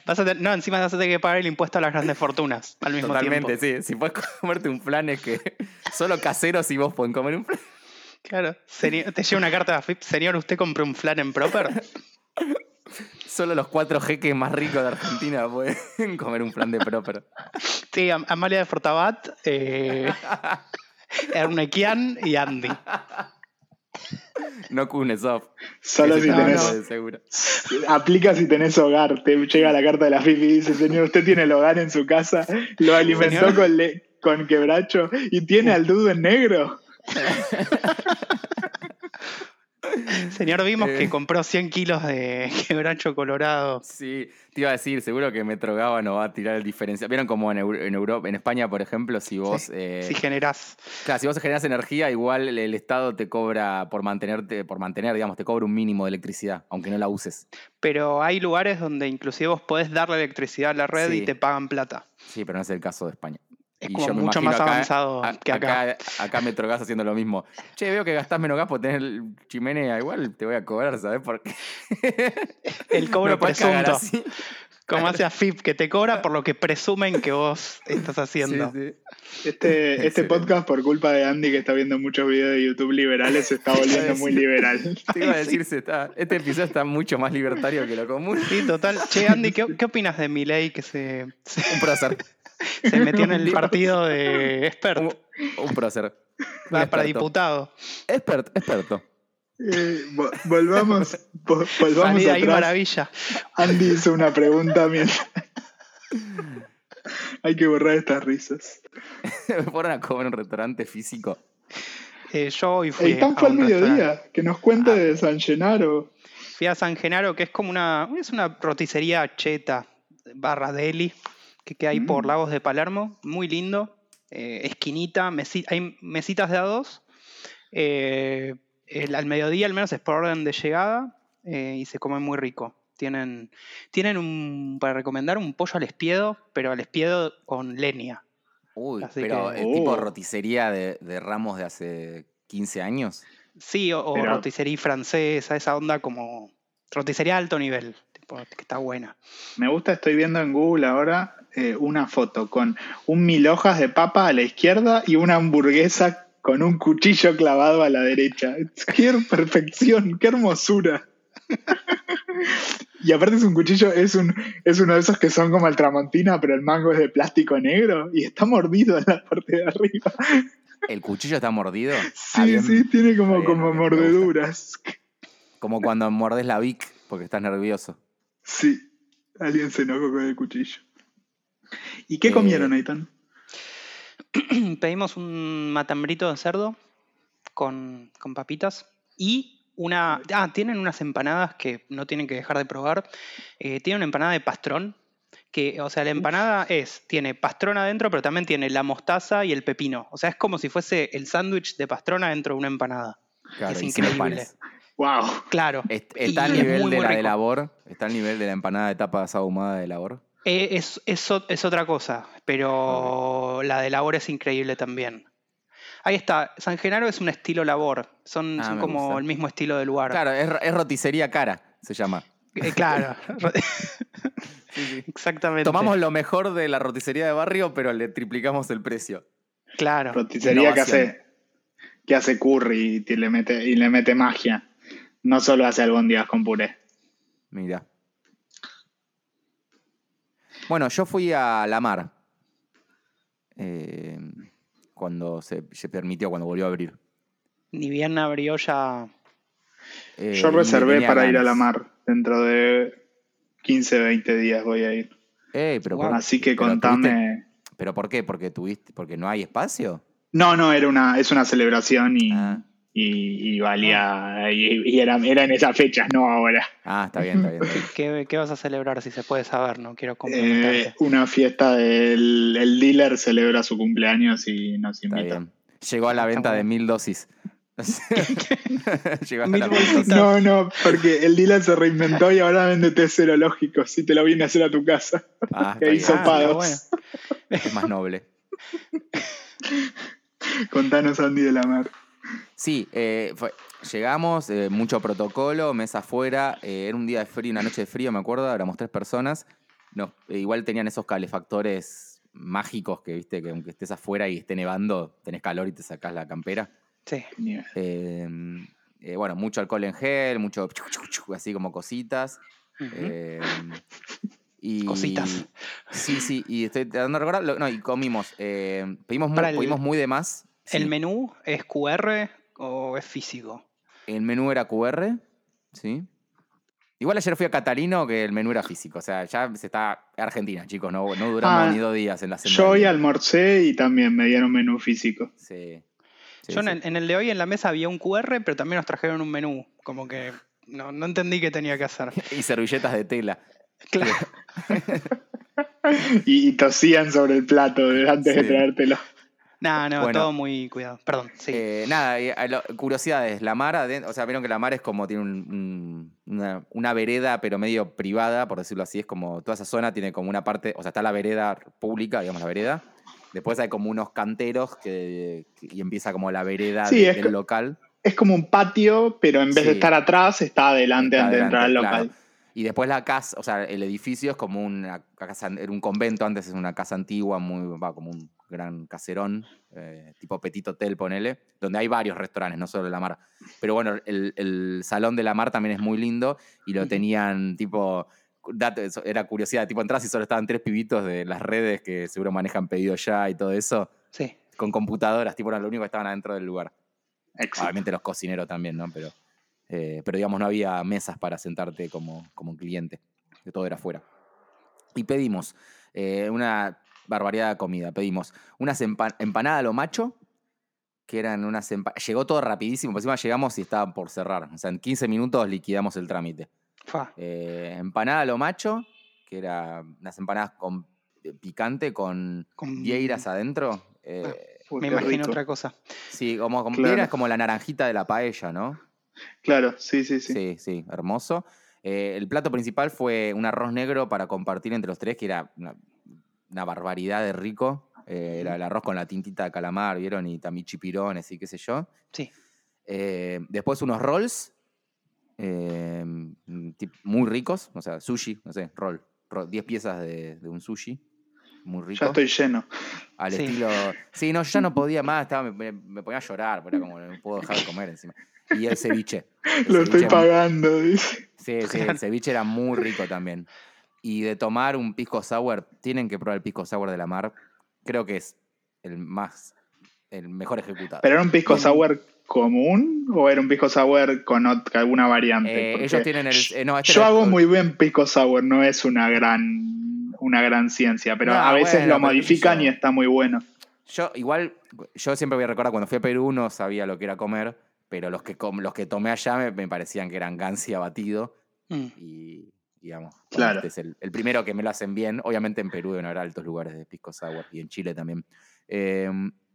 Vas a ten- no, encima vas a tener que pagar el impuesto a las grandes fortunas al mismo Totalmente, tiempo. sí. Si puedes comerte un flan es que solo caseros y vos pueden comer un flan. Claro. Señor- te llega una carta de AFIP. Señor, ¿usted compró un flan en proper? Solo los cuatro jeques más ricos de Argentina pueden comer un flan de proper. Sí, Am- Amalia de Fortabat, eh, Ernequian y Andy. No Kunesov. Solo Ese si no, está tenés. bueno, de seguro. Aplica si tenés hogar. Te llega la carta de la FIFI y dice: Señor, usted tiene el hogar en su casa. Lo alimentó Señor. con, le- con quebracho y tiene al dudo en negro. Señor Vimos Eh. que compró 100 kilos de quebracho colorado. Sí, te iba a decir, seguro que Metrogaba no va a tirar el diferencial. Vieron como en, Euro- en Europa, en España, por ejemplo, si vos. eh, Si generás. Claro, si vos generás energía, igual el, el Estado te cobra por mantenerte, por mantener, digamos, te cobra un mínimo de electricidad, aunque no la uses. Pero hay lugares donde inclusive vos podés darle electricidad a la red Sí. y te pagan plata. Sí, pero no es el caso de España. Es Y yo como me mucho imagino más acá- avanzado a- que acá. Acá, acá Metrogas haciendo lo mismo. Che, veo que gastás menos gas por tener el chimenea. Igual te voy a cobrar, ¿sabés por qué? El Me cobro podés cagar presunto. así. Como hace AFIP, que te cobra por lo que presumen que vos estás haciendo. Sí, Este, sí. este Excelente. podcast, por culpa de Andy, que está viendo muchos videos de YouTube liberales, se está volviendo muy liberal. Te iba a Ay, sí. decir, se está, este episodio está mucho más libertario que lo común. Sí, total. Che, Andy, ¿qué, qué opinas de Milei que se, se, Un prócer. se metió en el Dios. partido de expert, Un, un prócer. Un para, para experto. diputado? Experto, experto. Eh, vo- volvamos vo- volvamos Salí de ahí, atrás. maravilla. Andy hizo una pregunta mientras. Hay que borrar estas risas. Fueron a comer a un restaurante físico. Eh, yo hoy fui El tan a fue al un restaurante. mediodía, que nos cuente Ah. de San Gennaro. Fui a San Genaro, que es como una, es una roticería cheta, barra deli, que queda ahí por Mm. Lagos de Palermo, muy lindo, eh, esquinita, mesi- hay mesitas de a dos. eh, el- al mediodía al menos es por orden de llegada eh, y se come muy rico. Tienen, tienen un, para recomendar, un pollo al espiedo, pero al espiedo con leña. Uy, Así pero que- uh. el tipo Oh. roticería de, de Ramos de hace 15 años. Sí, o, o Pero- roticería francesa, esa onda como roticería de alto nivel, tipo, que está buena. Me gusta, estoy viendo en Google ahora eh, una foto con un mil hojas de papa a la izquierda y una hamburguesa con un cuchillo clavado a la derecha. ¡Qué perfección! ¡Qué hermosura! Y aparte es un cuchillo, es, un, es uno de esos que son como el tramontina, pero el mango es de plástico negro y está mordido en la parte de arriba. El cuchillo está mordido. Sí, Ah, bien. sí, tiene como, está bien, como bien, me gusta. mordeduras. Como cuando mordes la Vic porque estás nervioso. Sí, alguien se enojó con el cuchillo. ¿Y qué Eh, comieron, Aitan? pedimos un matambrito de cerdo con, con papitas y una... Ah, tienen unas empanadas que no tienen que dejar de probar. Eh, tienen una empanada de pastrón, que, o sea, la empanada es, tiene pastrón adentro, pero también tiene la mostaza y el pepino. O sea, es como si fuese el sándwich de pastrón adentro de una empanada. Claro, Es hicimos increíble. panes. ¡Wow! Claro. Est- y Está al es nivel muy, de muy la de rico. labor. Está al nivel de la empanada de tapa ahumada de labor. Eh, es, es o- es otra cosa, pero la de labor es increíble también. Ahí está, San Genaro es un estilo labor, son, Ah, son me como gusta. el mismo estilo de lugar. Claro, es, es roticería cara, se llama. Eh, claro, exactamente. Tomamos lo mejor de la roticería de barrio, pero le triplicamos el precio. Claro, Roticería que Innovación. hace, que hace curry y te- le mete, y le mete magia. No solo hace albóndigas con puré. Mira. Bueno, yo fui a la mar. eh, cuando se, se permitió, cuando volvió a abrir. ni bien abrió ya. Eh, Yo y le reservé tenía para ir a la ganas. mar. Dentro de 15, 20 días voy a ir. Ey, pero por- Así que Ah, pero tuviste- contame. ¿Pero por qué? ¿Porque, tuviste, ¿Porque no hay espacio? No, no, era una, es una celebración y, Ah, y, y valía. Y, y era, era en esas fechas, no ahora. Ah, está bien, está bien. está bien. ¿Qué, qué vas a celebrar si se puede saber? No quiero comprometerte. Eh, una fiesta del el dealer celebra su cumpleaños y nos Está invita. bien. Llegó a la Está venta de bueno. mil dosis. Llegó a Mil la venta. bolsitas. No, no, porque el dealer se reinventó y ahora vende té serológico si te lo viene a hacer a tu casa. Ah, está E bien, sopa. hisopados. bueno. es más noble. Contanos, Andy de la Mar. Sí, eh, fue- llegamos, eh, mucho protocolo, mesa afuera, eh, era un día de frío, una noche de frío, me acuerdo, éramos tres personas. Nos- eh, igual tenían esos calefactores mágicos que, viste, que aunque estés afuera y esté nevando, tenés calor y te sacás la campera. Sí, Eh, eh, bueno, mucho alcohol en gel, mucho chu, chu, chu, así como cositas. ujú, Eh, y, Cositas. Sí, sí, y estoy tratando de recordar. lo- No, y comimos. eh, pedimos, muy, Para el- pedimos muy de más. ¿El sí. menú es QR o es físico? El menú era QR, ¿sí? Igual ayer fui a Catalino que el menú era físico. O sea, ya se está. Argentina, chicos, no, no duramos Ah, ni dos días en la semana. Yo hoy almorcé y también me dieron menú físico. Sí. Sí, Yo en sí. el, en el de hoy en la mesa había un QR, pero también nos trajeron un menú. Como que no, no entendí qué tenía que hacer. Y servilletas de tela. Claro. Y, y tosían sobre el plato de- antes de Sí. traértelo. No, no, Bueno. todo muy cuidado. Perdón, sí. Eh, nada, y, a lo- curiosidades. La mar, aden- o sea, vieron que la mar es como tiene un- un- una, una vereda, pero medio privada, por decirlo así. Es como toda esa zona tiene como una parte, o sea, está la vereda pública, digamos, la vereda. Después hay como unos canteros que, y empieza como la vereda Sí, de- es del co- local. Es como un patio, pero en vez de Sí. estar atrás, está adelante Está antes de entrar al adelante, local. claro. Y después la casa, o sea, el edificio es como una casa, era un convento, antes es una casa antigua, muy, va, como un gran caserón, eh, tipo Petit Hotel, ponele, donde hay varios restaurantes, no solo la mar. Pero bueno, el, el salón de la mar también es muy lindo y lo Ujú. tenían tipo, dato- eso era curiosidad, tipo entras y solo estaban tres pibitos de las redes que seguro manejan pedido ya y todo eso, sí. con computadoras, tipo, eran los únicos que estaban adentro del lugar. Ah, Exacto. Obviamente los cocineros también, ¿no? Pero, eh, pero digamos, no había mesas para sentarte como, como cliente, que todo era afuera. Y pedimos eh, una barbaridad de comida. Pedimos unas empa- empanadas a lo macho, que eran unas empanadas. Llegó todo rapidísimo, por encima llegamos y estaban por cerrar. O sea, en 15 minutos liquidamos el trámite. Fa. Eh, empanada a lo macho, que era unas empanadas con eh, picante, con Mm. Con- vieiras adentro. eh, Uy, Me qué imagino rico. otra cosa. sí, como con Claro. vieiras como la naranjita de la paella, ¿no? Claro, sí, sí, sí. Sí, sí, hermoso. Eh, el plato principal fue un arroz negro para compartir entre los tres, que era una, una barbaridad de rico. Eh, era el arroz con la tintita de calamar, ¿vieron? Y también chipirones y qué sé yo. Sí. Eh, después unos rolls, eh, tip- muy ricos, o sea, sushi, no sé, roll. roll, 10 piezas de, de un sushi, muy rico. Ya estoy lleno. Al Sí. estilo. Sí, no, yo ya no podía más, estaba, me, me ponía a llorar, porque era como, no puedo dejar de comer encima. Y el ceviche. el Lo estoy ceviche- pagando, dice. Sí, sí, el ceviche era muy rico también. Y de tomar un pisco sour, tienen que probar el pisco sour de la mar. Creo que es el más, el mejor ejecutado. ¿Pero era un pisco Bien. sour común o era un pisco sour con ot- alguna variante? Eh, Porque ellos tienen el. eh, no, este Yo no es- hago muy bien pisco sour, no es una gran, una gran ciencia, pero No, a veces bueno, lo pero qué sé modifican yo. y está muy bueno. Yo igual, yo siempre voy a recordar cuando fui a Perú no sabía lo que era comer, pero los que com- los que tomé allá me, me parecían que eran gancia batido Mm. y digamos. bueno, Claro. Este es el, el primero que me lo hacen bien. Obviamente en Perú deben haber altos lugares de pisco sour y en Chile también. Eh,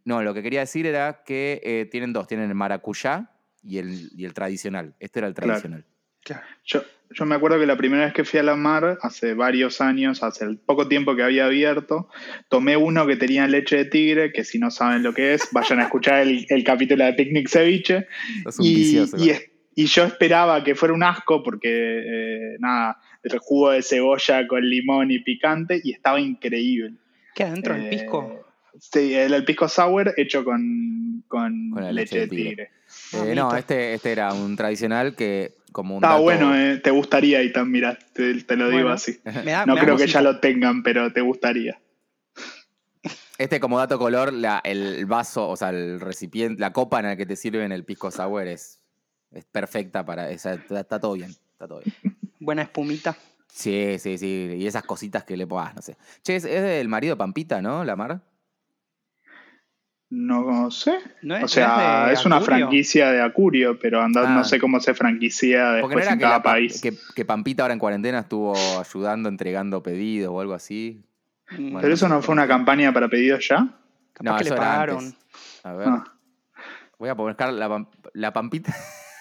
no, lo que quería decir era que eh, tienen dos, tienen el maracuyá y el, y el tradicional. Este era el Claro. tradicional. Claro. Yo, yo me acuerdo que la primera vez que fui a la mar, hace varios años, hace el poco tiempo que había abierto, tomé uno que tenía leche de tigre, que si no saben lo que es, vayan a escuchar el, el capítulo de Picnic Ceviche. Sos un Y, vicioso. ¿eh? y es- y yo esperaba que fuera un asco porque, eh, nada, el jugo de cebolla con limón y picante y estaba increíble. ¿Qué adentro el Eh, pisco? Sí, el, el pisco sour hecho con, con Con la leche de tigre. Eh, no, este, este era un tradicional que como un Está dato- bueno, eh, te gustaría y tan, mira, te, te lo digo Bueno. así. Me Ah, da- No me da creo que cosita. ya lo tengan, pero te gustaría. Este, como dato color, la- el vaso, o sea, el recipiente, la copa en la que te sirven el pisco sour es, es perfecta para. esa- está, está todo bien. Está todo bien. Buena espumita. Sí, sí, sí. Y esas cositas que le pongas, no sé. Che, es, es del marido Pampita, ¿no? La mar. No sé. ¿No Eh, es, O sea, no es, de una Acurio? franquicia de Acurio, pero andá- Ah. no sé cómo se franquicia Porque no después era en que, la cada Pa- país. que- que Pampita ahora en cuarentena estuvo ayudando, entregando pedidos o algo así. Mm, Bueno, Pero eso no fue una campaña para pedidos ya. capaz no, que le eso era pagaron. antes. A ver, Ah. voy a buscar la, Pam- la Pampita.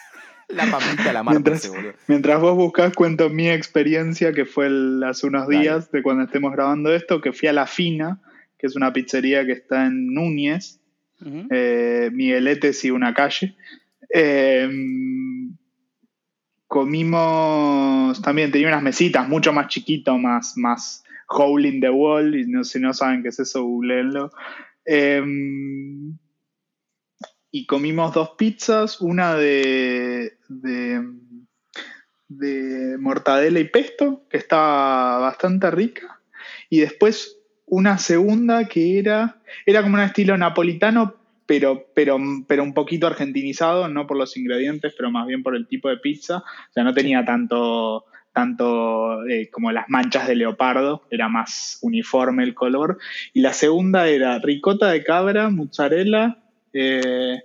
la Pampita la mar, Mientras- parece, boludo. Mientras vos buscas, cuento mi experiencia, que fue el- hace unos Dale. días de cuando estemos grabando esto, que fui a La Fina, que es una pizzería que está en Núñez, Ujú. eh, Migueletes y una calle. Eh, comimos también, tenía unas mesitas mucho más chiquito, más, más howling the wall, y no, si no saben qué es eso, googleenlo. Eh, y comimos dos pizzas, una de, de, de mortadela y pesto, que estaba bastante rica, y después una segunda que era, era como un estilo napolitano, pero, pero, pero un poquito argentinizado, no por los ingredientes, pero más bien por el tipo de pizza. O sea, no tenía tanto, tanto eh, como las manchas de leopardo, era más uniforme el color. Y la segunda era ricota de cabra, mozzarella, eh,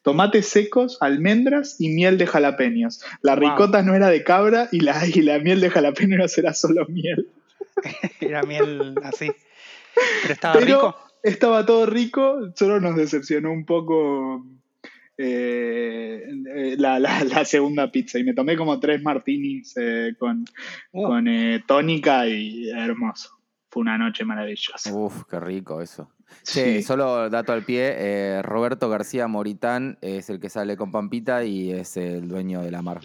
tomates secos, almendras y miel de jalapeños. La Wow. ricota no era de cabra y la, y la miel de jalapeños era solo miel. Era miel así. Pero estaba Pero rico. estaba todo rico, solo nos decepcionó un poco eh, eh, la, la- la segunda pizza. Y me tomé como tres martinis eh, con, Uh, con eh, tónica y hermoso. Fue una noche maravillosa. Uf, qué rico eso. Che, Sí. solo dato al pie, eh, Roberto García Moritán es el que sale con Pampita y es el dueño de la mar.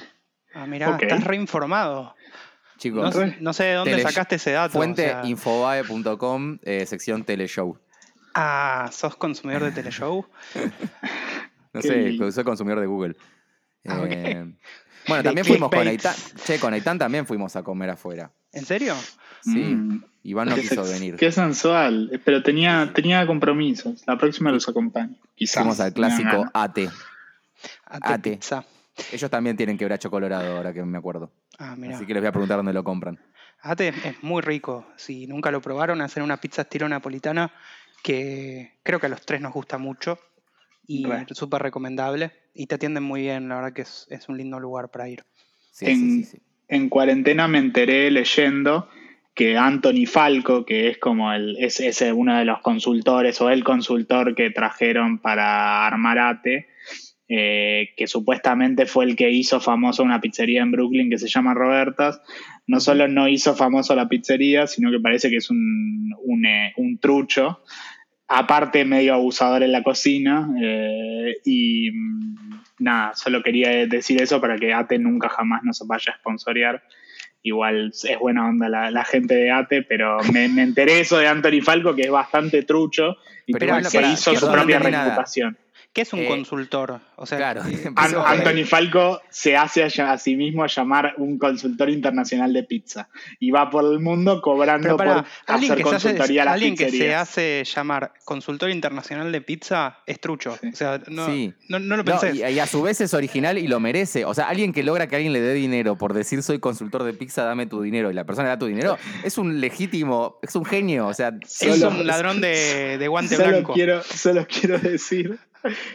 ah, mirá, ok. estás reinformado. No, Chicos, sé- no sé de dónde Tele- sacaste ese dato. o fuente sea, infobae.com, eh, sección teleshow. ah, sos consumidor de Teleshow. No Qué sé, lindo. soy consumidor de Google. Ah, ok. Eh, bueno, De también fuimos con clickbaits. Aitán. Che, con Aitán también fuimos a comer afuera. ¿En serio? Sí, Mm. Iván no Qué quiso sex- venir. Qué sensual, eh, pero tenía, tenía compromisos. La próxima los acompaño. Quizás. Fuimos al clásico Ajá. AT. Ate Ate. Pizza. Ellos también tienen quebracho colorado, ahora que me acuerdo. Ah, mirá. Así que les voy a preguntar dónde lo compran. Ate es muy rico. Si nunca lo probaron, hacer una pizza estilo napolitana que creo que a los tres nos gusta mucho y Re. súper recomendable. Y te atienden muy bien, la verdad que es, es un lindo lugar para ir. Sí, En- sí, sí, sí. En cuarentena me enteré leyendo que Anthony Falco, que es como el, es, es uno de los consultores o el consultor que trajeron para Armarate, eh, que supuestamente fue el que hizo famoso una pizzería en Brooklyn que se llama Robertas, no solo no hizo famoso la pizzería, sino que parece que es un, un, eh, un trucho, aparte medio abusador en la cocina, eh, y mm, nada, solo quería decir eso para que Ate nunca jamás nos vaya a sponsorear. Igual es buena onda la, la gente de Ate, pero me, me enteré eso de Anthony Falco, que es bastante trucho y Pero que habla se para- hizo su perdón, no propia entendí nada. reputación. ¿Qué es un Eh, consultor? O sea, Claro, eh, An- empezó- Anthony Falco se hace a, ll- a sí mismo llamar un consultor internacional de pizza y va por el mundo cobrando pero pará, por alguien, hacer que se, hace, consultoría a las alguien que se pizzerías. hace llamar consultor internacional de pizza es trucho. Sí. O sea, no, Sí. no, no lo No, pensé. y, eh, y a su vez es original y lo merece. O sea, alguien que logra que alguien le dé dinero por decir soy consultor de pizza, dame tu dinero y la persona le da tu dinero, es un legítimo, es un genio. O sea, es solo- un ladrón de, de guante Solo blanco. quiero, solo quiero decir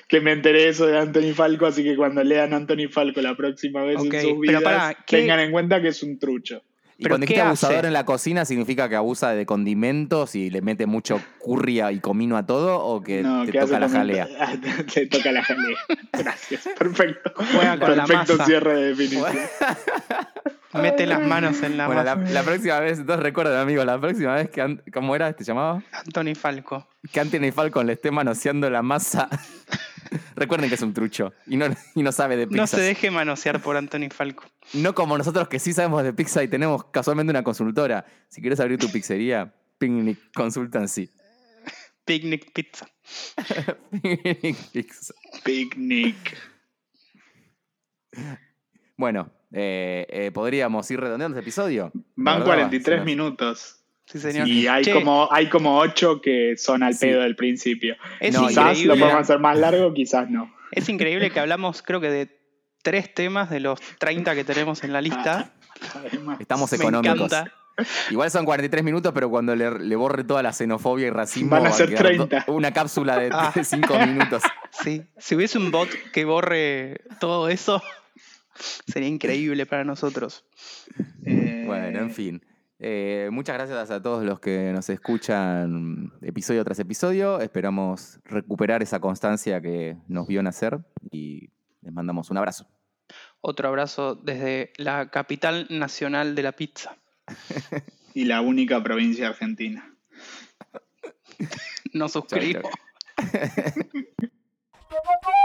que me enteré eso de Anthony Falco, así que cuando lean Anthony Falco la próxima vez Ok, en sus pero vidas, pará, ¿qué- tengan en cuenta que es un trucho. y ¿pero cuando qué dijiste abusador hace? en la cocina, ¿significa que abusa de condimentos y le mete mucho curria y comino a todo o que no, te que hace toca la como- jalea? Te toca la jalea. Gracias. Perfecto. Juega con la Perfecto masa. cierre de definición. Mete las manos en la Bueno, la, masa. la próxima vez, entonces recuerden, amigos, la próxima vez que. Ant- ¿Cómo era? ¿Te llamaba? Anthony Falco. Que Anthony Falcon le esté manoseando la masa. recuerden que es un trucho y no, y no sabe de pizza. No se deje manosear por Anthony Falco. No como nosotros que sí sabemos de pizza y tenemos casualmente una consultora. Si quieres abrir tu pizzería, Picnic Consultancy. Picnic Pizza. Picnic Pizza. Picnic. Bueno, eh, eh, podríamos ir redondeando este episodio. La Van verdad, 43 se nos- minutos. Sí, señor. Y hay Che, como hay como ocho que son al Sí. pedo del principio. es, No, quizás lo increíble, podemos hacer más largo, quizás no. es increíble que hablamos, creo que de tres temas de los 30 que tenemos en la lista. Además, Estamos Me económicos. encanta. Igual son 43 minutos, pero cuando le, le borre toda la xenofobia y racismo. Van a va ser quedar 30. do- Una cápsula de Ah. 5 minutos. Sí. Si hubiese un bot que borre todo eso, sería increíble para nosotros. eh, Bueno, en fin. Eh, muchas gracias a todos los que nos escuchan episodio tras episodio. Esperamos recuperar esa constancia que nos vio nacer y les mandamos un abrazo. Otro abrazo desde la capital nacional de la pizza. Y la única provincia argentina. No suscribo. chau. Thank